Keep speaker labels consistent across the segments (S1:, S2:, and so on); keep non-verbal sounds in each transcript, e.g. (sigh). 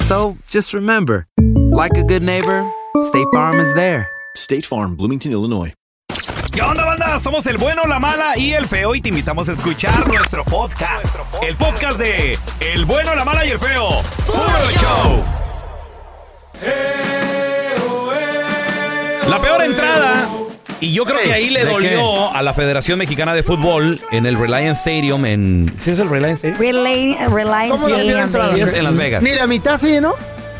S1: So just remember, like a good neighbor, State Farm is there.
S2: State Farm, Bloomington, Illinois.
S3: ¿Qué onda, banda? Somos el bueno, la mala y el feo y te invitamos a escuchar nuestro podcast. El podcast de El bueno, la mala y el feo. ¡Puro show! La peor entrada, y yo creo que ahí le
S4: ¿De
S3: dolió a la Federación Mexicana de Fútbol en el Reliance Stadium en... ¿Sí es el
S5: ¿Eh?
S3: Reliance Stadium?
S6: Relay, Reliance
S5: ¿Cómo la
S6: AM,
S5: tienes,
S6: baby.
S3: Sí es en Las Vegas.
S5: Ni la mitad se llenó.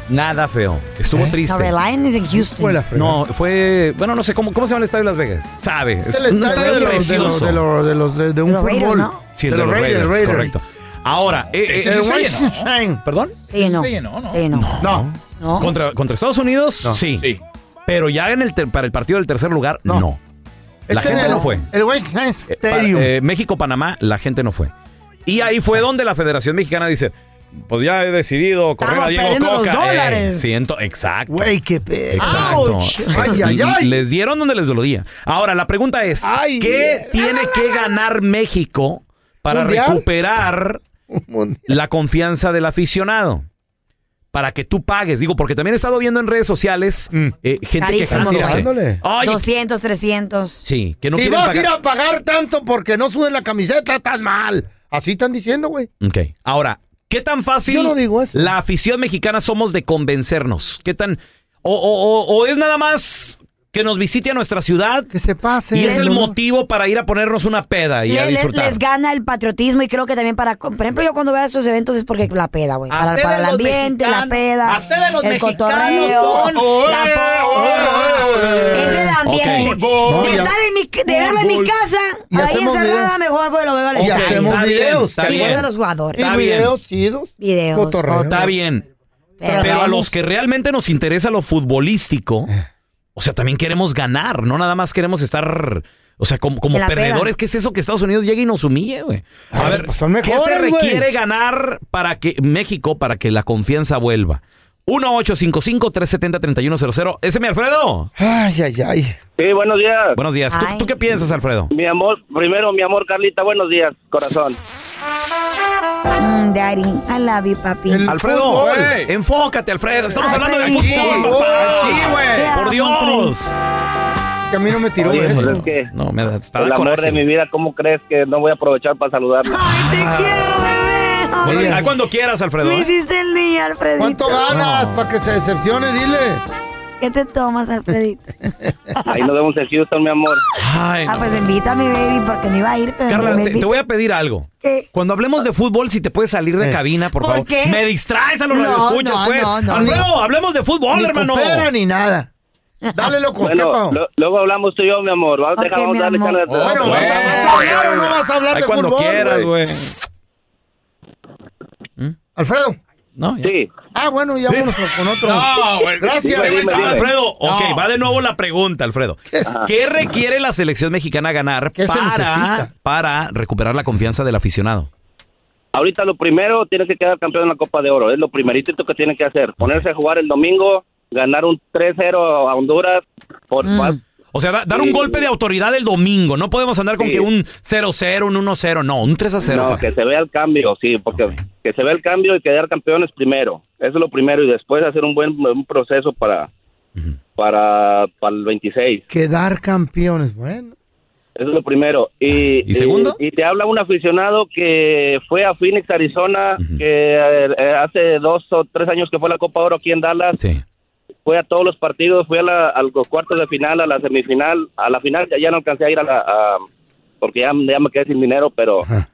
S4: Nada feo. Estuvo
S6: No,
S4: triste.
S6: ¿Eh? Reliance is in Houston.
S5: Fue la fregada.
S4: No, fue. Bueno, no sé cómo, cómo se llama el estadio de Las Vegas.
S3: Sabe.
S5: Es
S3: Es
S5: el
S3: un
S5: estadio de
S3: estadio
S5: los, de los-
S3: precioso.
S5: de los- de los- de- de un
S6: Los Raiders,
S5: fútbol.
S6: ¿no?
S4: Sí, el de, los Raiders, correcto. Ahora, eh, eh,
S5: Se
S4: ¿sí se
S5: llenó.
S4: llenó? ¿Perdón?
S6: Se llenó.
S7: Se llenó, ¿no?
S6: Se llenó.
S5: No.
S6: No.
S4: ¿Contra, contra Estados Unidos? Sí.
S7: Sí.
S4: Pero ya en el ter- para el partido del tercer lugar,
S5: No.
S4: no. La
S5: Es en
S4: gente
S5: el-
S4: no fue.
S5: El Western
S4: Eh, para-
S5: Stadium.
S4: eh, México-Panamá, la gente no fue. Y ahí fue donde la Federación Mexicana dice: Pues ya he decidido correr
S6: Estamos
S4: a Diego
S6: perdiendo los
S4: Coca. Eh,
S6: dólares.
S4: siento, exacto.
S5: Güey, qué pedo.
S4: Exacto. Eh,
S5: Ay, ay, ay.
S4: Les dieron donde les dolía. Ahora, la pregunta es,
S5: Ay. eh,
S4: ¿qué tiene que ganar México para
S5: ¿Mundial?
S4: recuperar la confianza del aficionado? Para que tú pagues. Digo, porque también he estado viendo en redes sociales
S5: Mm.
S4: eh, gente
S6: Carísimo,
S4: quejándose.
S5: güey.
S4: Ay,
S6: 200, 300.
S4: sí, que no
S5: si
S4: quieren
S5: vas a ir
S4: pagar.
S5: a pagar tanto porque no subes la camiseta, estás mal. Así están diciendo, güey.
S4: Ok. Ahora, ¿qué tan fácil
S5: Yo no digo eso.
S4: la afición mexicana somos de convencernos? ¿Qué tan... O, o- o- o es nada más que nos visite a nuestra ciudad
S5: Que se pase.
S4: Y es el
S5: No, no.
S4: motivo para ir a ponernos una peda y a
S6: Le- le-
S4: disfrutar.
S6: les gana el patriotismo y creo que también para... Por ejemplo, yo cuando veo estos eventos es porque la peda, güey.
S4: A
S6: Para,
S4: ustedes
S6: para el
S4: los
S6: ambiente, la
S4: mexicanos-
S6: peda,
S4: a ustedes los
S6: el
S4: mexicanos
S6: cotorreo,
S4: son-
S6: la porra. Es el ambiente.
S4: Ok.
S5: No, ya-
S6: De, estar en mi, de verlo en mi
S5: Fútbol. Y
S6: casa, ahí
S5: hacemos
S6: encerrada, mejor pues lo veo a la
S5: Y
S4: Ok,
S6: esquina.
S5: hacemos
S4: está bien,
S5: videos.
S4: está
S6: Y
S4: bien.
S6: ves a los jugadores.
S4: Está
S5: Y
S4: bien.
S5: videos, idos,
S6: Videos,
S5: cotorreo.
S4: Está bien.
S6: Pero-
S4: Pero a los que realmente nos interesa lo futbolístico,
S5: Eh.
S4: o sea, también queremos ganar, no nada más queremos estar, o sea, como, como
S6: En la peda.
S4: perdedores. ¿Qué es eso que Estados Unidos llegue y nos humille, güey? A
S5: Ay,
S4: ver,
S5: pues son
S4: ¿qué se
S5: mejores, güey.
S4: requiere ganar para que México, para que la confianza vuelva? 1-855-370-3100. Ese es mi Alfredo.
S5: Ay, ay, ay.
S8: Sí, buenos días.
S4: Buenos días. ¿Tú,
S6: Ay.
S4: tú qué piensas, Alfredo?
S8: Mi amor, primero, mi amor Carlita, buenos días, corazón.
S6: Mm, daddy, I love you, papi.
S5: El-
S4: Alfredo,
S5: fútbol.
S4: enfócate, Alfredo. Estamos hablando de
S6: Aquí,
S4: fútbol, papá. Aquí, güey. Por
S6: Te amo,
S4: Dios.
S5: Que a mí no me tiró
S8: Oye, pues
S5: eso.
S8: es que
S4: No, me da, está
S8: el amor de mi vida, ¿cómo crees que no voy a aprovechar para saludarla?
S6: Ay,
S4: Ah,
S6: te quiero, bebé. Ay,
S5: ¿eh?
S4: cuando quieras, Alfredo.
S6: me
S4: ¿eh?
S6: hiciste el día, Alfredito.
S5: ¿Cuánto ganas para que se decepcione? Dile.
S6: ¿Qué te tomas, Alfredito?
S8: Ahí nos vemos en Houston, mi amor.
S4: Ay,
S6: Ah,
S4: no.
S6: pues invítame, baby, porque no iba a ir, pero
S4: Carla,
S6: me
S4: te, te voy a pedir algo.
S6: ¿Qué?
S4: Cuando hablemos de fútbol, si te puedes salir de
S5: Eh.
S4: cabina, por,
S6: ¿Por
S4: favor.
S6: qué?
S4: Me distraes a los
S6: No,
S4: radioescuchas,
S6: no,
S4: pues.
S6: no, no.
S4: Alfredo, hablemos de fútbol,
S5: ni
S4: hermano.
S5: copera ni nada. Dale, loco. ¿Qué,
S8: Bueno,
S5: pao?
S8: lo- luego hablamos tú y yo, mi amor. Vamos,
S6: Ok,
S8: deja, vamos
S6: mi
S8: a darle
S6: amor.
S8: ganas de-
S5: Bueno,
S4: Oh,
S5: vas a,
S4: güey.
S5: vas a hablar o no vas a hablar
S4: Ay,
S5: de
S4: cuando
S5: fútbol,
S4: quieras,
S5: güey?
S4: güey.
S5: Alfredo.
S4: No, ya.
S8: Sí,
S5: Ah, bueno, ya vámonos con otro.
S7: No, güey.
S5: Gracias.
S8: Dime, dime, dime.
S4: eh, Alfredo, ok,
S5: No.
S4: va de nuevo la pregunta, Alfredo.
S5: ¿Qué es?
S4: ¿Qué requiere la selección mexicana ganar
S5: ¿Qué se
S4: para,
S5: necesita?
S4: para recuperar la confianza del aficionado?
S8: ahorita lo primero, tienes que quedar campeón en la Copa de Oro. Es lo primerito que tienes que
S4: Mm.
S8: hacer. Ponerse a jugar el domingo, ganar un 3-0 a Honduras. Por, vas-
S9: O sea, da- dar un
S8: Sí.
S9: golpe de autoridad el domingo. No podemos andar con
S8: Sí.
S9: que un 0-0, un 1-0. No, un 3-0.
S8: No,
S9: papá.
S8: que se vea el cambio, sí, porque que se vea el cambio y quedar campeones primero. Eso es lo primero y después hacer un buen un proceso para, para, para el 26.
S5: Quedar campeones, bueno.
S8: Eso es lo primero.
S9: Ah,
S8: Y,
S5: ¿Y segundo?
S8: Y, y te habla un aficionado que fue a Phoenix, Arizona, que eh, hace dos o tres años que fue la Copa Oro aquí en Dallas. Fue a todos los partidos, fue a, la- a los cuartos de final, a la semifinal, a la final ya, ya no alcancé a ir a la... a- porque ya, ya me quedé sin dinero, pero eh,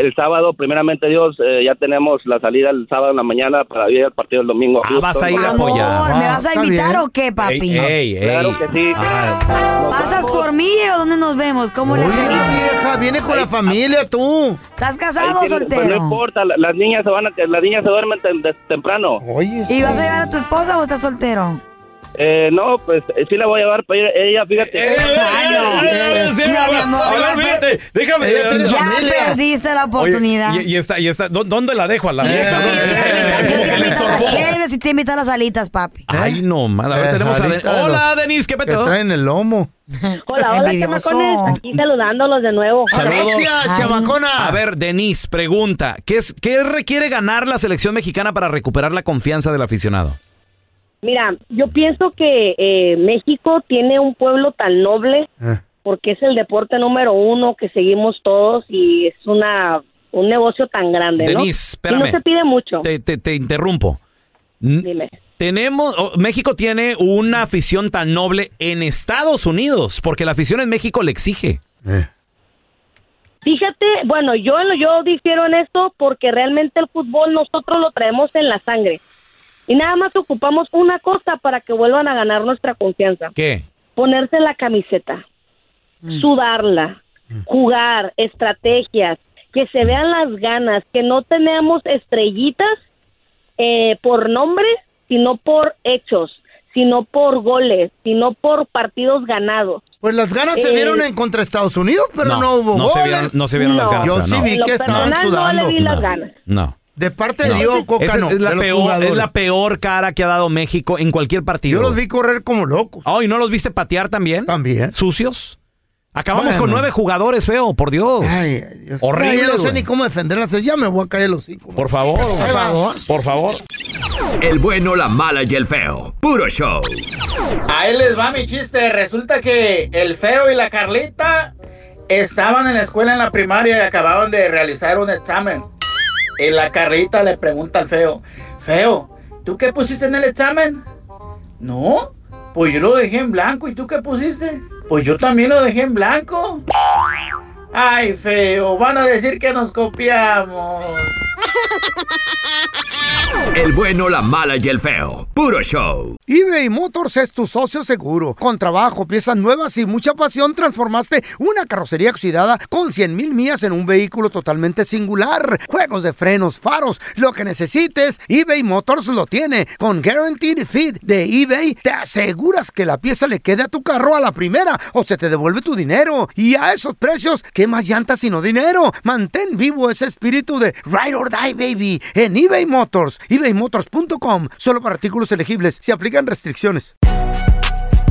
S8: el sábado, primeramente Dios, eh, ya tenemos la salida el sábado en la mañana para ir al partido el domingo.
S9: Ah, vas a ir a
S8: Houston.
S9: apoyar.
S6: Amor, ¿me vas a invitar o qué, papi?
S9: Ey, ey, ey. Ah.
S8: Claro que sí.
S6: ¿Pasas por mí o dónde nos vemos? ¿Cómo le hacemos?
S5: vieja, viene con la familia tú.
S6: ¿Estás
S8: Ahí
S6: casado o
S8: tiene- pues no
S6: soltero?
S8: importa, la- las niñas se van a, las niñas se duermen tem- des- temprano.
S6: ¿Y vas a llevar a tu esposa o estás soltero?
S8: Eh, no, pues eh, sí la voy a llevar para ir- ella, fíjate.
S9: Eh,
S6: No, mi amor,
S9: A
S6: ya
S9: ver, eh, fíjate, déjame.
S4: Eh,
S6: Ya perdiste la
S9: Oye,
S6: oportunidad.
S9: y, y está, y está, ¿dó- ¿dónde la dejo a
S8: Eh,
S9: la
S6: Las cheves y te invito a las alitas, papi.
S9: Ay, no, madre. A ver,
S5: Eh,
S9: tenemos a
S5: ahorita
S9: Denise. Hola,
S5: los-
S9: Denise, ¿qué
S5: Que
S9: pedo?
S5: traen el lomo.
S10: Hola, hola,
S5: Envidioso.
S10: chamacones. Aquí saludándolos de nuevo.
S9: A ver, Denise, pregunta. ¿qué, es, ¿Qué requiere ganar la selección mexicana para recuperar la confianza del aficionado?
S10: Mira, yo pienso que eh, México tiene un pueblo tan noble
S9: Ah.
S10: porque es el deporte número uno que seguimos todos y es una un negocio tan grande, ¿no?
S9: Denise,
S10: Y
S9: espérame.
S10: no se pide mucho.
S9: Te, te- te interrumpo. N-
S10: Dime.
S9: Tenemos, o- México tiene una afición tan noble en Estados Unidos, porque la afición en México le exige.
S5: Eh.
S10: Fíjate, bueno, yo yo difiero en esto porque realmente el fútbol nosotros lo traemos en la sangre. Y nada más ocupamos una cosa para que vuelvan a ganar nuestra confianza.
S9: ¿Qué?
S10: ponerse la camiseta,
S5: Mm.
S10: sudarla, jugar, estrategias, que
S5: Mm.
S10: se vean las ganas, que no tenemos estrellitas eh, por nombre, sino por hechos, sino por goles, sino por partidos ganados.
S5: Pues las ganas se
S10: Eh,
S5: vieron en contra Estados Unidos, pero no, hubo
S9: no se
S5: goles.
S9: vieron- no se vieron las ganas,
S5: Yo
S9: pero
S5: sí
S9: no.
S5: vi
S9: En lo
S5: que estaban
S9: personal, no le
S5: sudando.
S9: vi las No.
S10: ganas.
S9: No.
S5: De parte de
S9: No.
S5: Dios, Coca,
S9: Esa
S5: no.
S9: es, la
S5: de los
S9: peor,
S5: jugadores.
S9: es la peor cara que ha dado México en cualquier partido.
S5: Yo los vi correr como locos.
S9: Ay, ¿no los viste patear también? También. ¿Sucios? Acabamos con
S5: Bueno.
S9: nueve jugadores, feo, por Dios.
S5: Ay,
S9: Horrible.
S5: Ya no sé
S9: güey.
S5: ni cómo defenderlas. Ya me voy a caer los hocico.
S9: Por favor, por favor, por favor.
S11: El bueno, la mala y el feo. Puro show.
S12: Ahí les va mi chiste. Resulta que el feo y la Carlita estaban en la escuela en la primaria y acababan de realizar un examen. Y la Carlita le pregunta al feo, feo, ¿tú qué pusiste en el examen? No, pues yo lo dejé en blanco. ¿Y tú qué pusiste? Pues yo también lo dejé en blanco. Ay, feo, van a decir que nos copiamos.
S11: El bueno, la mala y el feo. Puro show.
S5: eBay Motors es tu socio seguro. Con trabajo, piezas nuevas y mucha pasión, transformaste una carrocería oxidada con 100 mil millas en un vehículo totalmente singular. Juegos de frenos, faros, lo que necesites, eBay Motors lo tiene. Con Guaranteed Fit de eBay, te aseguras que la pieza le quede a tu carro a la primera o se te devuelve tu dinero. Y a esos precios, ¿qué más llantas sino dinero? Mantén vivo ese espíritu de Ride or Die, baby, en eBay Motors. ebaymotors.com, solo para artículos elegibles. Se aplican restricciones.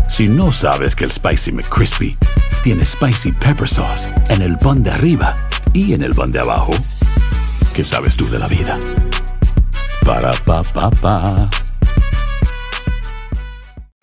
S13: Si no sabes que el Spicy McCrispy tiene Spicy Pepper Sauce en el pan de arriba y en el pan de abajo, ¿qué sabes tú de la vida? Para, pa, pa, pa.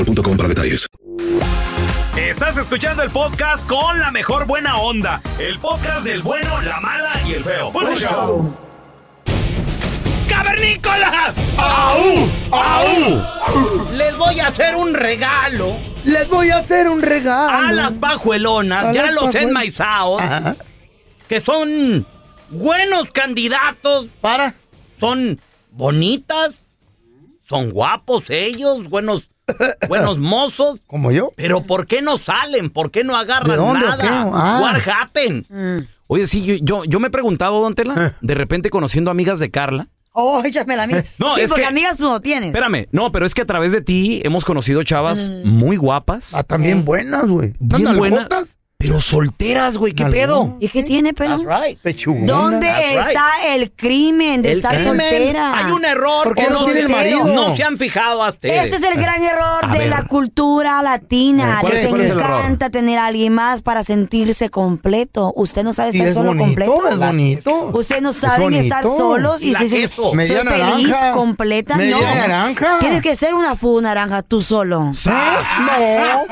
S14: para detalles.
S3: Estás escuchando el podcast con la mejor buena onda. El podcast del bueno, la mala y el feo. Bueno, show. ¡Cavernícolas! ¡Au! ¡Au!
S4: Les voy a hacer un regalo
S5: Les voy a hacer un regalo. Ah,
S4: a las pajuelonas,
S5: A
S4: Ah, ya
S5: las
S4: los
S5: pajuel-
S4: enmaizados, que son buenos candidatos.
S5: Para.
S4: Son bonitas, son guapos ellos, buenos buenos mozos.
S5: ¿Como yo?
S4: Pero ¿por qué no salen? ¿Por qué no agarran
S9: ¿De dónde o
S4: nada?
S9: qué? Ah.
S4: What happened?
S5: Mm.
S9: Oye, sí, yo, yo, yo me he preguntado, don Tela, de repente conociendo amigas de Carla.
S6: Oh, échamela a mí.
S9: No,
S6: sí,
S9: es
S6: porque
S9: que-
S6: amigas tú no tienes.
S9: Espérame, no, pero es que a través de ti hemos conocido chavas muy guapas. Ah,
S5: también buenas, güey.
S9: Bien
S5: ¿Están
S9: buenas.
S5: nalgotas?
S9: Pero solteras, güey, ¿qué pedo?
S6: ¿Y qué tiene, pero?
S5: Pechugón.
S6: ¿Dónde
S4: That's right.
S6: está el crimen de
S4: El
S6: estar
S4: crimen.
S6: soltera?
S4: Hay un error.
S6: ¿Por qué
S4: que
S6: no tiene el
S4: soltero.
S6: marido?
S4: No se han fijado hasta
S6: Este es el gran error
S4: A
S6: de
S4: ver.
S6: la cultura latina.
S4: ¿Cuál
S6: Les
S4: es- cuál es el error?
S6: encanta tener a alguien más para sentirse completo. Usted no sabe
S5: Y
S6: estar
S5: es
S6: solo
S5: bonito,
S6: completo.
S5: es bonito.
S6: Usted no
S5: Es
S6: saben
S5: bonito.
S6: estar solos y
S5: La
S6: si si-
S5: queso.
S6: soy
S5: Media
S6: feliz
S5: naranja.
S6: completa.
S5: Media
S6: no.
S5: naranja.
S6: Tienes que ser una fu naranja tú solo. ¿Eh? No.
S5: (laughs)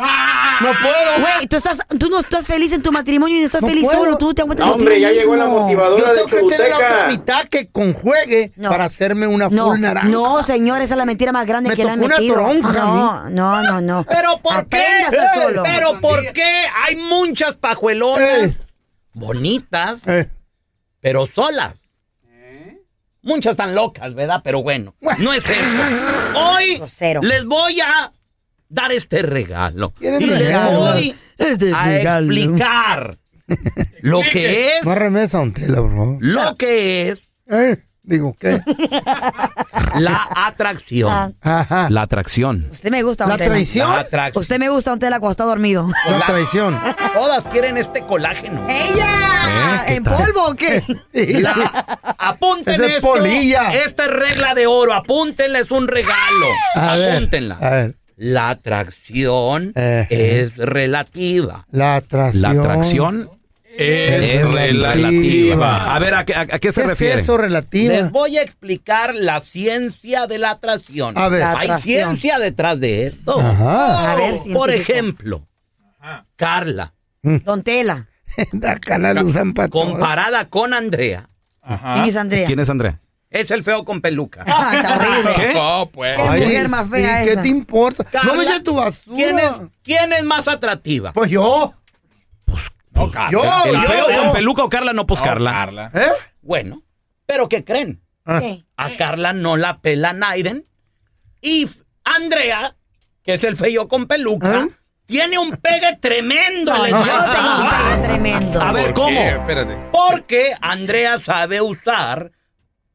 S5: No puedo.
S6: Güey, tú estás, tú no estás feliz en tu matrimonio y no estás
S5: No
S6: feliz
S5: puedo.
S6: solo. Tú te aguantas
S5: No,
S6: contigo
S5: hombre, ya llegó la
S6: mismo.
S5: motivadora Yo de tengo que tener la Choluteca. otra mitad que conjuegue para hacerme una
S6: no,
S5: full naranja.
S6: No, señor, esa es la mentira más grande
S5: Me
S6: que le han
S5: tocó una
S6: metido.
S5: toronja a
S6: no, no, no, no.
S4: Pero ¿por
S6: Aprendas
S4: qué?
S6: a solo.
S4: Pero ¿por qué hay muchas pajuelonas bonitas, pero solas? Muchas tan locas, ¿verdad? Pero bueno, no es eso. Hoy les voy a dar este regalo. Y
S5: ¿Quieres
S4: les
S5: regalo?
S4: voy
S5: Este
S4: a
S5: regalo.
S4: explicar (laughs) lo que es,
S5: No remesa, don Tela, por favor.
S4: lo que es
S5: Eh, digo, ¿qué?
S4: la (laughs) atracción.
S9: La atracción.
S6: Ah, Usted me gusta, don
S9: ¿La
S6: Tela.
S9: traición? La atracción.
S6: Usted me gusta, don Tela, cuando está dormido.
S9: La traición.
S4: Todas quieren este colágeno.
S6: ¡Ella!
S9: ¿Eh? ¿Qué
S6: ¿En
S9: tal?
S6: polvo o qué?
S4: (laughs) La- Apunten
S6: Esa es
S4: esto.
S6: polilla.
S4: Esta es regla de oro. Apúntenla, es un regalo.
S9: A ver,
S4: Apúntenla. La atracción es relativa.
S5: La atracción.
S9: La atracción
S5: es relativa.
S9: A ver, ¿a, qué- a- a qué se
S5: ¿Qué es
S9: refiere?
S5: eso relativa?
S4: Les voy a explicar la ciencia de la atracción.
S5: A ver. La
S4: Hay
S5: atracción.
S4: ciencia detrás de esto.
S5: Ajá.
S6: A ver,
S4: por
S6: científico.
S4: ejemplo,
S5: Ah.
S4: Carla,
S6: (laughs) Don Tela.
S5: (laughs) La cana la usan para todo.
S4: comparada con Andrea,
S6: ¿Quién es Andrea?
S9: ¿Quién es Andrea?
S4: es el feo con peluca.
S6: Está horrible.
S4: Ah, ¿Qué?
S5: No,
S4: pues.
S5: Qué Ay, mujer más fea sí, ¿qué esa. te importa?
S4: Carla,
S5: No me eches tu basura.
S4: ¿Quién es, quién es más atractiva? Pues,
S5: Pues yo.
S4: No, Carla.
S9: Yo,
S4: ¿El
S9: yo,
S4: feo
S9: yo.
S4: con peluca o Carla? No, pues
S9: No,
S4: Carla.
S9: Carla.
S5: ¿Eh?
S4: Bueno, pero ¿qué creen?
S5: Ah.
S6: ¿Qué?
S4: A Carla no la pela Naiden. Y F- Andrea, que es el feo con peluca,
S5: ¿Eh?
S4: tiene un pegue tremendo.
S6: No,
S4: le
S6: yo
S4: encanta.
S6: tengo un pegue tremendo.
S4: A ver,
S6: ¿Por
S4: ¿cómo?
S6: qué?
S4: Porque Andrea sabe usar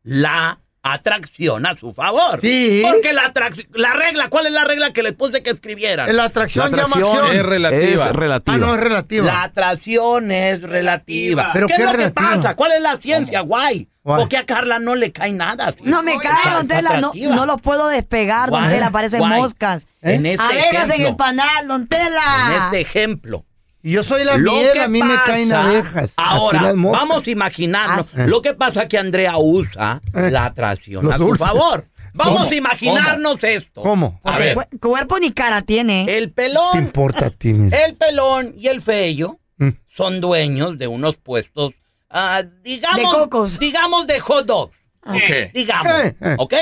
S4: la atracción a su favor.
S5: Sí.
S4: Porque la atracción, la regla, ¿cuál es la regla que les puse que escribieran?
S5: La atracción La llama atracción acción. es relativa. Es relativa. Ah, no, es relativa.
S4: La atracción es relativa.
S5: ¿Pero
S4: ¿Qué,
S5: qué
S4: es lo
S5: relativa?
S4: que pasa? ¿Cuál es la ciencia? Guay.
S5: Guay.
S4: Porque a Carla no le cae nada.
S6: No me cae, don Tela. No, no los puedo despegar, don
S4: Guay,
S6: Tela. Parecen
S4: guay.
S6: moscas.
S4: En este
S6: Abejas en
S4: ejemplo.
S6: el panal, don Tela.
S4: En este ejemplo.
S5: Yo soy la
S4: Lo
S5: miel,
S4: que
S5: a mí me
S4: pasa-
S5: caen abejas. Así
S4: Ahora,
S5: las moscas.
S4: vamos a imaginarnos.
S5: Ah, sí. Eh.
S4: Lo que pasa es que Andrea usa la atracción
S5: Los
S4: a su
S5: dulces. (laughs)
S4: favor. Vamos
S5: ¿Cómo?
S4: a imaginarnos esto.
S5: ¿Cómo?
S4: A ver,
S6: Cu- Cuerpo ni cara tiene.
S4: El pelón.
S5: ¿Qué importa a ti, mi-
S4: el pelón y el feyo
S5: Mm.
S4: son dueños de unos puestos, ah, digamos,
S6: De cocos. Ah.
S4: digamos de hot dogs.
S6: Ok.
S4: Digamos,
S6: Eh, eh.
S4: ¿ok?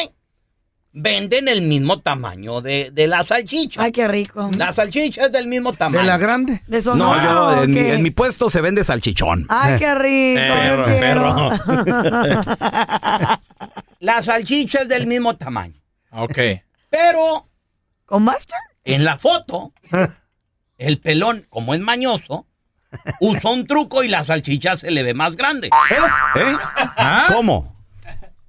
S4: Venden el mismo tamaño de, de la salchicha.
S6: Ay, qué rico.
S4: La salchicha es del mismo tamaño. ¿De la
S5: grande?
S6: De
S9: No,
S6: Sonora,
S9: yo,
S6: ¿o
S9: en, mi,
S6: qué?
S9: en mi puesto se vende salchichón.
S6: Ay,
S5: (laughs)
S6: qué rico.
S9: Perro,
S6: yo
S9: perro.
S6: (laughs)
S4: (laughs) La salchicha es del mismo tamaño.
S3: Ok.
S4: Pero
S6: ¿Con máscara?
S4: en la foto, el pelón, como es mañoso, usa un truco y la salchicha se le ve más grande.
S9: ¿Eh? ¿Cómo?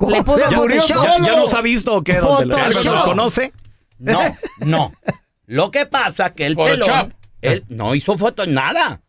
S4: Le puso
S9: ¿Ya,
S4: Photoshop.
S9: ya- ya nos ha visto o qué? ¿Dónde la-
S4: Photoshop.
S9: ¿Nos conoce?
S4: No, no. Lo que pasa que el
S9: Photoshop.
S4: pelón, él no hizo foto nada.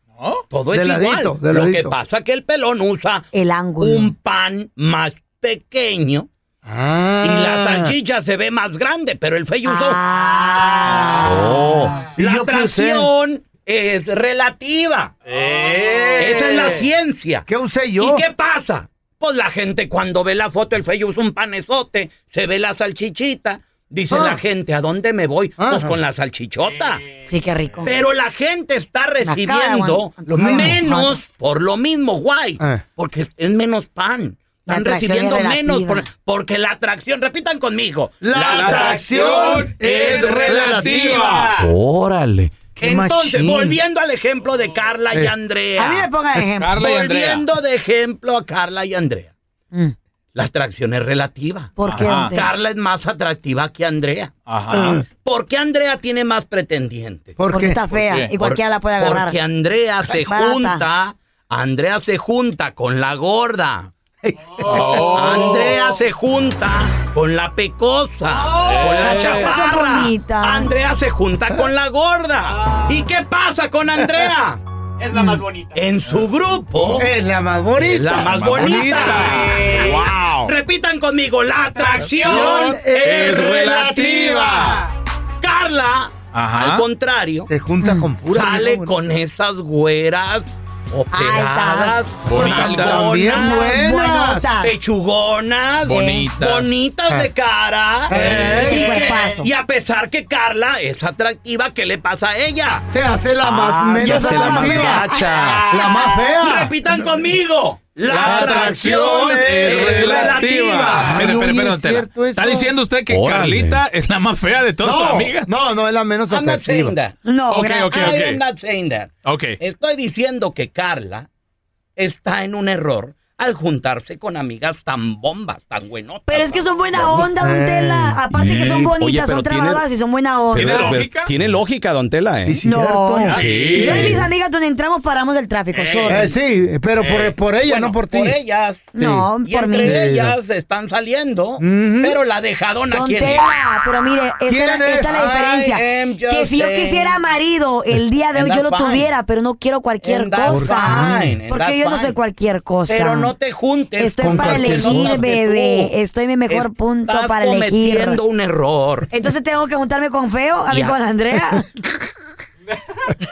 S4: Todo es
S9: De ladito,
S4: igual.
S9: de
S4: Lo que
S9: ladito.
S4: pasa que el pelón usa
S6: el ángulo.
S4: un pan más pequeño y la salchicha se ve más grande, pero el fey usó. Ah.
S5: ¿Y
S6: Ah.
S4: La
S5: yo qué usé?
S4: atracción es relativa. Esa es la ciencia.
S5: ¿Qué usé yo?
S4: ¿Y qué pasa? Pues la gente cuando ve la foto, el fey usa un panezote, se ve la salchichita. Dice la gente, ¿a dónde me voy? Pues
S6: Ah.
S4: con la salchichota.
S6: Sí, qué rico.
S4: Pero la gente está
S6: acaba de
S4: recibiendo
S6: aguantar. Lo mismo.
S4: menos por lo mismo, guay.
S5: Eh.
S4: Porque es menos pan.
S6: Ah. La
S4: Están
S6: atracción
S4: recibiendo
S6: es relativa.
S4: menos por- porque la atracción, repitan conmigo.
S5: La atracción es relativa.
S9: Órale.
S4: Entonces,
S9: machín.
S4: volviendo al ejemplo de Carla y
S9: Eh.
S4: Andrea.
S6: A mí me pongan de ejemplo.
S4: volviendo de ejemplo a Carla y Andrea. La atracción es relativa.
S6: ¿Por qué, Ajá. don Tela?
S4: Carla es más atractiva que Andrea.
S5: Ah.
S6: Ajá.
S4: ¿Por qué Andrea tiene más pretendientes?
S6: ¿Por Porque qué? está fea y cualquiera la puede agarrar.
S4: Porque Andrea se
S6: Barata.
S4: junta, Andrea se junta con la gorda.
S6: Oh.
S4: Andrea se junta con la pecosa, Eh, con
S6: Eh.
S4: la chaparra. Ah, Andrea se junta con la gorda. ¿Y qué pasa con Andrea?
S15: Es la más bonita.
S4: En su grupo.
S5: Es la más bonita.
S4: Es la más
S5: La más
S4: bonita.
S5: bonita.
S4: Wow. Repitan conmigo, la atracción es relativa. Carla,
S5: Ajá.
S4: al contrario, mm,
S5: Se junta con pura.
S4: sale con esas güeras operadas,
S5: Bonitas. También buenas.
S4: buenotas, pechugonas,
S9: Bonitas.
S4: bonitas de cara.
S5: Eh.
S4: Y
S5: Y
S4: que-
S5: cuerpazo.
S4: y a pesar que Carla es atractiva, ¿qué le pasa a ella?
S5: Se hace la más
S4: Ah,
S5: menos
S4: se hace la más
S5: atractiva.
S4: gacha.
S5: La más fea.
S4: Repitan conmigo. La, atracción es relativa.
S5: Ay,
S16: Mire,
S5: oye,
S16: espere, espere,
S5: es
S16: don Tela.
S5: cierto
S16: Está
S5: eso.
S16: diciendo usted que
S5: Órale.
S16: Carlita es la más fea de todas
S5: no,
S16: sus amigas.
S5: No, no, es la menos
S4: I'm not saying
S5: atractiva.
S4: that.
S16: Ok, ok,
S4: I am
S16: ok.
S4: not saying that.
S16: Ok.
S4: Estoy diciendo que Carla está en un error al juntarse con amigas tan bombas, tan buenotas.
S6: Pero es que son buena onda, don Tela. Aparte que son
S4: eh, Oye,
S6: bonitas,
S4: pero
S6: son
S4: tiene-
S6: trabajadoras y son buena onda.
S9: Tiene lógica, don Tela, ¿eh?
S6: No.
S9: Sí.
S6: Yo y mis amigas donde entramos paramos el tráfico. sorry.
S5: Eh, sí, pero por, por ella, no por ti.
S4: Por ellas.
S6: No,
S4: y
S6: por mí.
S4: entre ellas están saliendo, pero la dejadona
S6: Don
S4: quiere.
S6: Tela, pero mire, esta, es la- esta es la diferencia. Que si yo quisiera marido el día de hoy, yo lo tuviera, pero no quiero cualquier
S4: And that's
S6: cosa.
S4: fine, and
S6: Porque
S4: that's
S6: yo no
S4: fine.
S6: sé cualquier cosa.
S4: Pero no te juntes.
S6: Estoy
S4: con
S6: para
S4: cualquier
S6: elegir,
S4: cosa que tú.
S6: bebé. Estoy en mi mejor
S4: Estás
S6: punto para elegir.
S4: cometiendo un error.
S6: Entonces tengo que juntarme con Feo, a mí
S9: Ya. (laughs)
S6: con Andrea.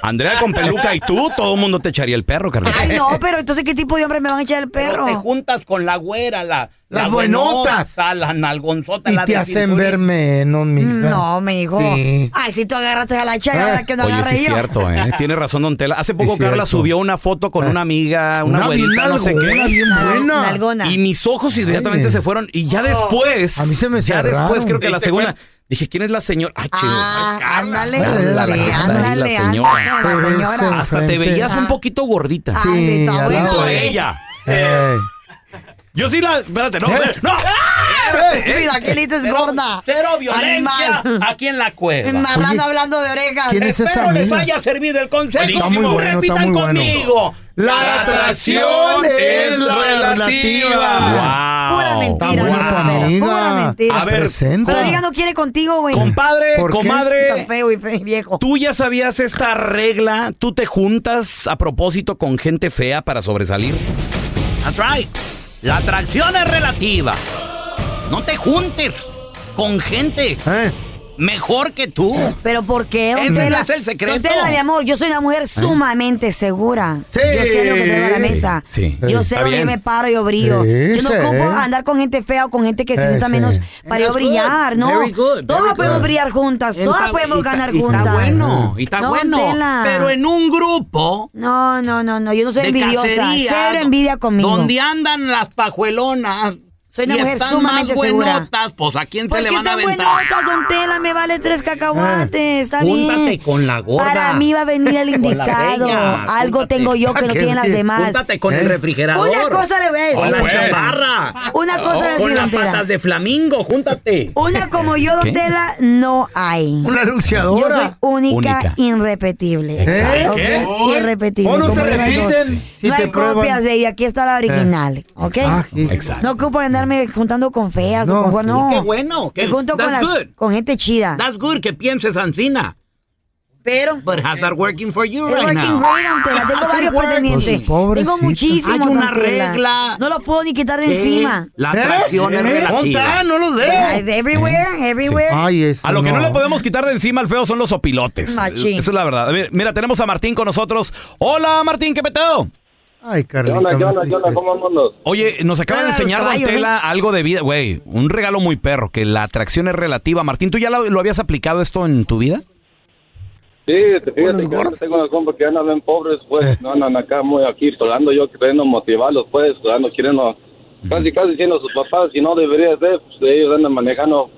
S9: Andrea con peluca y tú, todo el mundo te echaría el perro, Carlita.
S6: Ay, no, pero entonces, ¿qué tipo de hombre me van a echar el
S4: Pero te
S6: perro?
S4: juntas con la güera, la,
S5: Las
S4: la
S5: buenotas.
S4: buenota, la nalgonzota,
S5: Y
S4: la
S5: te
S4: de
S5: hacen
S4: cinturita.
S5: ver menos, mija.
S6: Mm, No, me dijo.
S5: Sí.
S6: Ay, si tú agarraste a la chaga, ahora que no
S9: Ah. Oye,
S6: agarré
S9: sí es
S6: yo.
S9: cierto,
S6: (laughs)
S9: ¿eh? Tiene razón Don Tela. Hace poco
S5: Es
S9: Carla
S5: cierto. Ah.
S9: subió una foto con una amiga, una,
S5: Una bien
S9: abuelita, no sé qué.
S5: nalgona, bien Nal- buena.
S6: nalgona.
S9: Y mis ojos inmediatamente
S5: Ay.
S9: se fueron. Y ya después,
S5: A mí se me
S9: ya
S5: cerraron.
S9: después creo que la
S5: ¿Diste
S9: segunda, dije, ¿quién es la señora? Ah, chido.
S6: Ah, ándale,
S9: es Carla, la que
S6: sí,
S9: está ahí, la
S6: ándale,
S9: señora.
S6: ándale, la
S9: Pero
S6: señora.
S9: esa Hasta te
S6: enfrente.
S9: veías un
S6: Ah.
S9: poquito gordita.
S6: Ay, Sí, sí, está al bueno,
S9: Junto a
S6: eh.
S9: ella.
S5: Ey.
S9: Yo sí la, espérate, no,
S5: Eh.
S9: espérate, no.
S6: Eh, Mira, qué lista es
S4: Cero-
S6: gorda.
S4: Cero violencia
S6: Animal.
S4: aquí en la cueva.
S6: Marrano hablando de orejas.
S5: ¿quién es esa
S4: Espero les
S5: amiga?
S4: haya servido el consejo.
S5: Está muy bueno, está
S4: Repitan
S5: muy bueno.
S4: conmigo.
S5: La atracción es relativa.
S9: Wow.
S6: Pura mentira,
S5: Está buena tu
S6: Don Tela, pura
S5: amiga.
S6: mentira.
S9: A ver,
S5: Presenta.
S6: Tu amiga no quiere contigo, güey.
S9: Compadre,
S5: ¿Por qué?
S9: comadre,
S6: Estás feo y fe- viejo.
S9: ¿Tú ya sabías esta regla? ¿Tú te juntas a propósito con gente fea para sobresalir?
S4: That's right. La atracción es relativa. No te juntes con gente
S5: Eh,
S4: mejor que tú.
S6: ¿Pero por qué,
S4: Ese
S6: Don
S4: no
S6: Tela?
S4: es el secreto.
S6: Don Tela, mi amor, yo soy una
S5: ¿Eh?
S6: mujer sumamente segura.
S5: Sí.
S6: Yo sé lo que tengo a la mesa.
S9: Sí, sí.
S6: Yo
S9: Está
S6: sé dónde
S9: bien.
S6: me paro, yo brillo.
S5: Sí,
S6: yo no
S5: sí.
S6: ocupo andar con gente fea o con gente que se
S5: Eh,
S6: sienta
S5: sí.
S6: menos para yo
S4: That's
S6: brillar,
S4: good.
S6: ¿no?
S4: Very good, very
S6: Todas
S4: good.
S6: podemos brillar juntas,
S4: Está-
S6: todas
S4: y
S6: podemos
S4: está-
S6: ganar
S4: y
S6: juntas.
S4: Está bueno, y está
S6: No,
S4: bueno.
S6: Tela.
S4: Pero en un grupo
S6: No, no, no, no, yo no soy
S4: de
S6: envidiosa.
S4: cacería,
S6: Cero envidia conmigo.
S4: Donde andan las pajuelonas.
S6: Soy una
S4: y
S6: mujer
S4: están
S6: sumamente
S4: más
S6: segura.
S4: buenotas, pues a quién
S6: Pues
S4: se
S6: que
S4: le van a
S6: están
S4: aventar.
S6: buenotas, don Tela, me vale tres cacahuates, está
S4: Eh, Júntate
S6: bien.
S4: con la gorda.
S6: Para mí va a venir el
S4: (laughs) Con la
S6: indicado.
S4: bella,
S6: Algo
S4: júntate. Ah,
S6: tengo yo que no
S5: ¿Qué?
S6: tienen las
S5: ¿Qué?
S6: demás.
S4: Júntate con el
S5: ¿Eh?
S4: refrigerador.
S6: Una cosa le voy a decir.
S4: Con la
S6: Bueno.
S4: chamarra.
S6: Una cosa le voy
S4: Con
S6: a decir,
S4: las
S6: don Tela.
S4: patas de flamingo, júntate.
S6: Una como yo, don
S9: ¿Qué?
S6: Tela, no hay.
S5: Una
S6: Yo soy
S5: luchadora.
S6: única,
S9: Única.
S6: irrepetible.
S5: ¿Eh?
S6: ¿Ok?
S5: ¿Qué?
S6: Irrepetible.
S5: O no te
S6: como las dos.
S5: repiten si
S6: no
S5: te
S6: hay copias
S5: prueban.
S6: de ella, aquí está
S4: Eh,
S6: la original, ¿ok?
S9: Exacto.
S6: No ocupo andarme juntando con feas
S5: No,
S6: o con
S5: sí.
S6: no.
S4: Qué bueno, qué-
S6: Me junto con,
S4: that's
S6: las-
S4: good.
S6: con gente chida.
S4: That's good que pienses, Ancina.
S6: Pero
S4: But has that working for you
S6: Es
S4: right
S6: working
S4: now? Ah,
S6: great, don Tela. Tengo
S4: Has it
S6: varios
S4: worked?
S6: pretendientes.
S5: Ah, Pues, pobrecita.
S6: Tengo muchísimos.
S4: Hay una
S6: don Tela.
S4: regla.
S6: No los puedo ni quitar de
S4: Que
S6: encima.
S4: La
S5: ¿Eh?
S4: atracción es
S5: Ponta,
S4: relativa.
S5: no lo
S6: Ay,
S5: ve.
S6: de Everywhere, everywhere.
S5: Ay, eso
S9: A lo que no le podemos quitar de encima al feo son los opilotes.
S6: Machín.
S9: Eso es la verdad. A ver, Mira, tenemos a Martín con nosotros. Hola, Martín, ¿qué peteo?
S5: Ay,
S8: ¿Qué
S5: Carlita,
S8: onda, qué
S5: más
S8: onda, qué onda?
S5: tristeza.
S8: ¿Cómo andamos?
S9: Oye, nos acaba de
S6: Juega a los
S9: enseñar Don
S6: caballos, ¿eh?
S9: Tela algo de vida. Güey, un regalo muy perro, que la atracción es relativa. Martín, ¿tú ya lo, lo habías aplicado esto en tu vida?
S8: Sí, te fíjate que ahorita tengo una compa que andan bien pobres,
S9: (laughs)
S8: pues, no andan acá muy aquí, solando yo, queriendo motivarlos, pues, solando, queriendo, casi, casi siendo sus papás, si no debería ser, pues, ellos andan manejando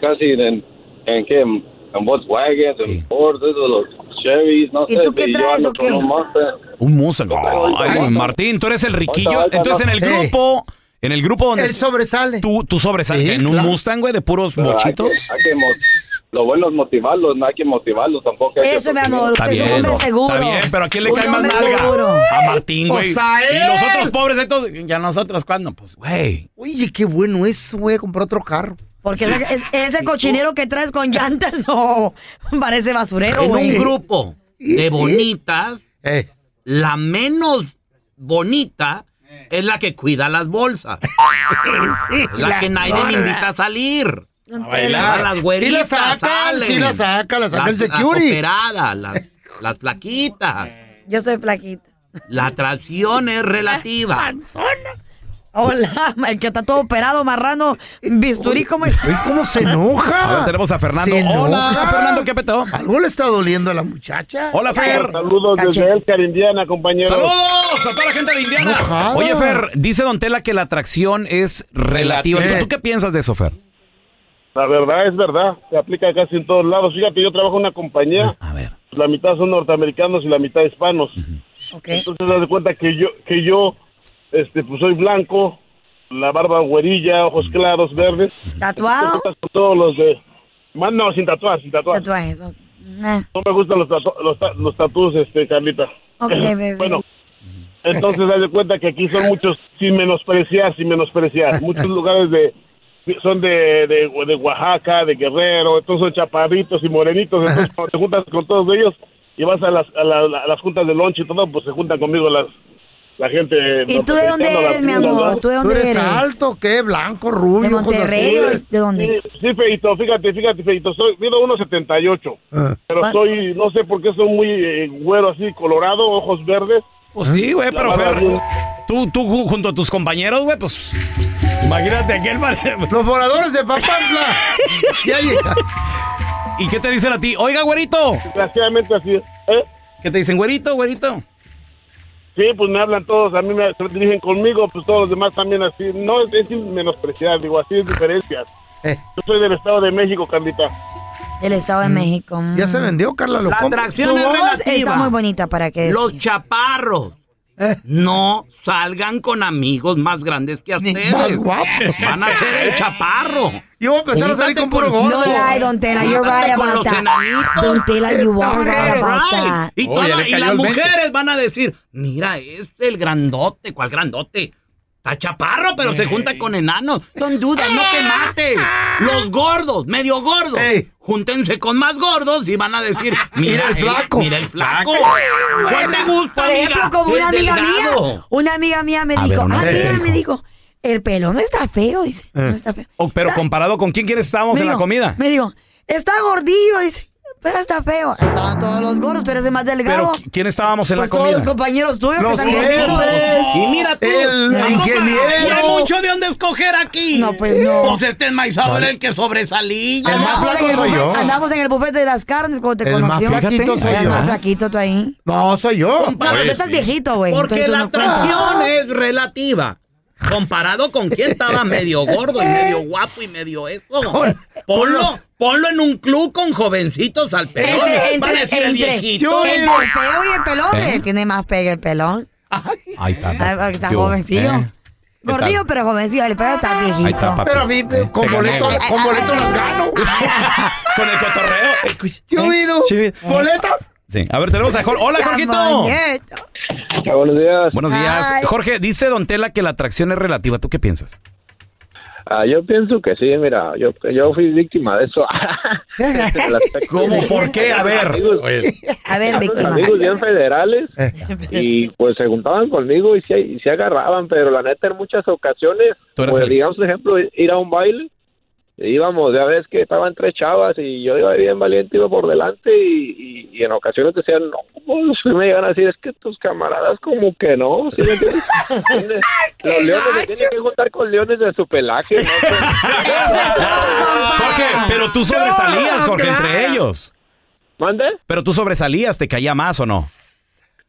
S8: casi en, en qué, en en Volkswagen, en Ford, esos, los Chevys, no
S6: ¿Y
S8: sé.
S6: tú qué
S8: yo
S6: traes
S8: ando
S6: o
S8: con
S6: qué?
S8: un Mustang.
S9: Un Mustang.
S8: Ahorita,
S9: Ay,
S8: ahorita.
S9: Martín, tú eres el
S8: Ahorita,
S9: riquillo.
S8: ahorita,
S9: Entonces en el
S5: no.
S9: grupo En el grupo donde.
S5: Él sobresale.
S9: Tú, tú sobresales. en un Mustang, güey, de puros
S15: Pero hay
S9: bochitos.
S15: que- hay que mo- lo bueno es motivarlos, no hay que motivarlos tampoco. hay que
S6: Eso, mi
S15: oprimir.
S6: amor, usted es un hombre seguro.
S9: Está bien, pero ¿a quién le
S6: Un
S9: cae más
S6: hombre
S9: nalga?
S6: seguro.
S9: A Martín,
S6: O
S9: güey.
S6: sea,
S9: y
S6: él.
S9: los otros pobres, estos, ya nosotros, ¿cuándo? Pues, güey.
S5: Oye, qué bueno eso, güey, comprar otro carro.
S6: Porque ese, es- ese cochinero que traes con llantas (laughs) oh, parece basurero,
S4: en
S6: güey.
S4: un grupo de bonitas,
S5: Eh.
S4: la menos bonita es la que cuida las bolsas.
S5: sí,
S4: la,
S5: la
S4: que nadie me
S5: gorda.
S4: invita a salir. A
S5: bailar.
S4: Las
S5: Sí
S4: güeritas
S5: la saca,
S4: salen.
S5: sí la saca, la saca
S4: las,
S5: el security.
S4: Las operadas, las, las flaquitas.
S6: Yo soy flaquita.
S4: La atracción es relativa.
S6: Hola, (laughs) el que está todo operado, marrano, bisturí, ¿cómo es?
S5: ¿Cómo se enoja?
S9: A ver, tenemos a Fernando.
S5: Se
S9: Hola,
S5: enoja.
S9: Fernando, ¿qué petó?
S5: Algo le está doliendo a la muchacha.
S9: Hola, Fer.
S15: Saludos desde Elcar, Indiana, compañeros.
S9: Saludos a toda la gente de Indiana.
S5: Enojado.
S9: Oye, Fer, dice Don Tela que la atracción es relativa.
S15: Relativa.
S9: ¿Tú qué piensas de eso, Fer?
S15: La verdad es verdad, se aplica casi en todos lados. Fíjate, yo trabajo en una compañía. La mitad son norteamericanos y la mitad hispanos. Entonces, das de cuenta que yo, que yo, este, pues soy blanco, la barba güerilla, ojos claros, verdes.
S6: ¿Tatuado?
S15: Entonces, con todos los de... Más no, sin tatuar, sin tatuar.
S6: Tatuajes, ok.
S15: No me gustan los, tatu- los, ta- los tatús, este, Carlita.
S6: Ok, bebé.
S15: Bueno, entonces haz de cuenta que aquí son muchos, sin menospreciar, sin menospreciar, muchos lugares de son de, de, de Oaxaca, de Guerrero, entonces son chaparritos y morenitos, entonces cuando te juntas con todos ellos y vas a las, a la- a las juntas de lunch y todo, pues se juntan conmigo las la gente.
S6: ¿Y tú de dónde
S15: norteamericana,
S6: eres, mi
S15: latina,
S6: amor?
S15: ¿no?
S6: ¿Tú de dónde
S5: eres
S6: eres?
S5: alto, qué? Blanco, rubio.
S6: ¿De
S5: ojos
S6: Monterrey o
S5: azules.
S6: de dónde?
S15: Sí, sí, Feito, fíjate, fíjate, Feito, soy, mido 1.78,
S6: Ah.
S15: pero soy, no sé por qué soy muy eh, güero así, colorado, ojos verdes.
S9: Pues sí, güey,
S15: La
S9: pero
S15: barba
S9: Fer,
S15: bien-
S9: tú, tú ju- junto a tus compañeros, güey, pues imagínate aquel
S5: Los voladores de
S9: (laughs)
S5: Papantla. Ya llega.
S9: ¿Y qué te dicen a ti? Oiga, güerito.
S15: Desgraciadamente así es. Eh,
S9: ¿Qué te dicen, güerito, güerito?
S15: Sí, pues me hablan todos, a mí me se dirigen conmigo, pues todos los demás también así. No, es, es sin menospreciar, digo, así es diferencias.
S9: Eh.
S15: Yo soy del Estado de México, Carlita.
S6: Del Estado de México.
S5: Mm. Ya se vendió, Carla. Lo
S4: La
S5: compro.
S4: atracción
S6: Tu
S4: es
S6: voz
S4: relativa.
S6: está muy bonita para que
S4: Los chaparros.
S9: Eh.
S4: No salgan con amigos más grandes que ustedes.
S6: más guapos.
S4: Van a ser el chaparro.
S5: Yo voy a empezar a salir con puro gordo.
S6: No lie, Don Tela, you're
S4: Júntate
S6: right
S4: con
S6: about
S4: los
S6: that.
S4: enanitos.
S6: Don Tela, you are right
S4: Right.
S6: about that.
S4: Y,
S9: Oh,
S4: toda-
S9: ya le
S4: y
S9: cayó
S4: las
S9: el veinte.
S4: mujeres van a decir, mira, este el grandote, ¿cuál grandote? Está chaparro, pero se junta con enanos. Son dudas, no te mates. Los gordos, medio gordos. Júntense con más gordos y van a
S6: (laughs)
S4: decir, mira el flaco. Mira el flaco. ¿Cuál te gusta,
S6: Por ejemplo,
S4: amiga?
S6: como una
S4: El
S6: amiga mía,
S4: delgado.
S6: una amiga mía me
S9: A ver,
S6: dijo,
S9: una
S6: ah,
S9: vez.
S6: mira, me dijo, el pelo no está feo, dice, no está feo.
S9: Oh, pero comparado con quién quieres estábamos en la comida.
S6: Me dijo, está gordillo, dice, pero está feo. Estaban todos los gordos, tú eres el más delgado.
S9: Pero ¿qui- ¿quién estábamos en
S6: Pues
S9: la
S6: todos
S9: comida?
S6: los compañeros tuyos que
S9: Los
S6: están gorditos.
S9: hombres. Y mira tú,
S4: El
S9: ¿a poco-
S4: ingeniero.
S9: hay mucho
S4: de dónde escoger aquí.
S6: No, pues no.
S4: Pues este enmaizado era el que sobresalía.
S6: Andamos en el buffet- Andamos en el buffet de las carnes cuando te
S4: El más
S6: conoció.
S4: flaquito soy
S6: El
S4: yo.
S6: más flaquito tú ahí.
S5: No, soy yo.
S9: pues
S6: No, pero tú estás viejito, güey.
S4: Porque
S6: entonces tú
S4: la
S6: no cuentas.
S4: atracción es relativa. Comparado con quien estaba medio gordo y medio guapo y medio eso.
S9: (laughs)
S4: Ponlo, ponlo en un club con jovencitos al pelón.
S6: Entre,
S4: Van a
S6: entre,
S4: decir el
S6: entre,
S4: viejito.
S6: entre el feo y el pelón.
S4: ¿Eh?
S6: eh, Tiene más pega el pelón.
S9: Ahí está.
S6: Ah, porque está
S9: Yo,
S6: jovencillo.
S9: ¿eh? ¿Qué
S6: Gordillo,
S9: tal?
S6: pero jovencillo. El pelo está viejito.
S9: Ahí está, papi.
S5: Pero a mí, eh, con
S9: Te gané,
S5: boleto,
S9: güey.
S5: con boleto las gano.
S9: (laughs) Con el cotorreo. ¿Eh?
S5: Yo vido. ¿Boletas?
S9: Sí. A ver, tenemos a Jorge. Hola,
S5: La
S9: Jorgito.
S6: muñeca.
S9: Buenos días. Buenos días.
S15: Ay.
S9: Jorge, dice Don Tela que la atracción es relativa. ¿Tú qué piensas?
S15: Ah, yo pienso que sí, mira, yo, yo fui víctima de eso. (laughs)
S9: ¿Cómo? ¿Por qué? A ver.
S6: A ver, víctima.
S15: amigos bien federales
S9: Eh.
S15: y pues se juntaban conmigo y se, y se agarraban, pero la neta en muchas ocasiones,
S9: Tú eres
S15: pues,
S9: el-
S15: digamos por ejemplo, ir a un baile, íbamos, ya ves que estaban tres chavas y yo iba bien valiente, iba por delante y, y- y en ocasiones decían, no, pues y me llegan a decir, es que tus camaradas como que no, ¿sí me (laughs) entiendes? los leones se tienen que juntar con leones de su (laughs) pelaje, ¿no?
S9: Jorge, pero tú sobresalías, Jorge, entre ellos.
S15: ¿Mande?
S9: Pero tú sobresalías, ¿te caía más o no?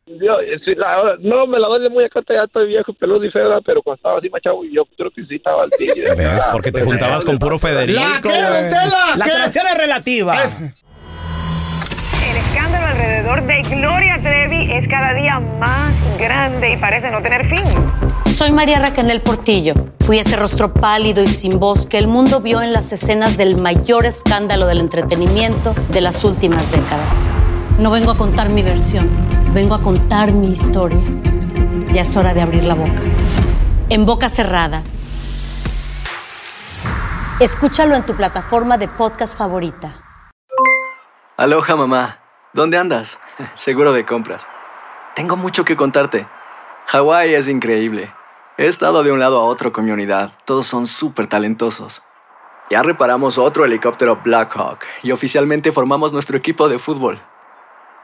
S15: Yo, eh, sí, la- no, me la doy de muy acá, ya estoy viejo, peludo y feo, ¿verdad? pero cuando estaba así, machado, yo creo que sí estaba al tigre.
S9: ¿Ves? Porque te juntabas con puro Federico.
S15: La que,
S9: güey.
S15: don Tela,
S9: La
S15: que-
S9: atracción es relativa.
S17: El escándalo alrededor de Gloria Trevi es cada día más grande y parece no tener fin.
S18: Soy María Raquel Portillo. Fui ese rostro pálido y sin voz que el mundo vio en las escenas del mayor escándalo del entretenimiento de las últimas décadas. No vengo a contar mi versión, vengo a contar mi historia. Ya es hora de abrir la boca. En boca cerrada. Escúchalo en tu plataforma de podcast favorita.
S19: Aloha mamá, ¿dónde andas? (laughs) Seguro de compras. Tengo mucho que contarte. Hawái es increíble. He estado de un lado a otro con mi unidad. Todos son súper talentosos. Ya reparamos otro helicóptero Blackhawk y oficialmente formamos nuestro equipo de fútbol.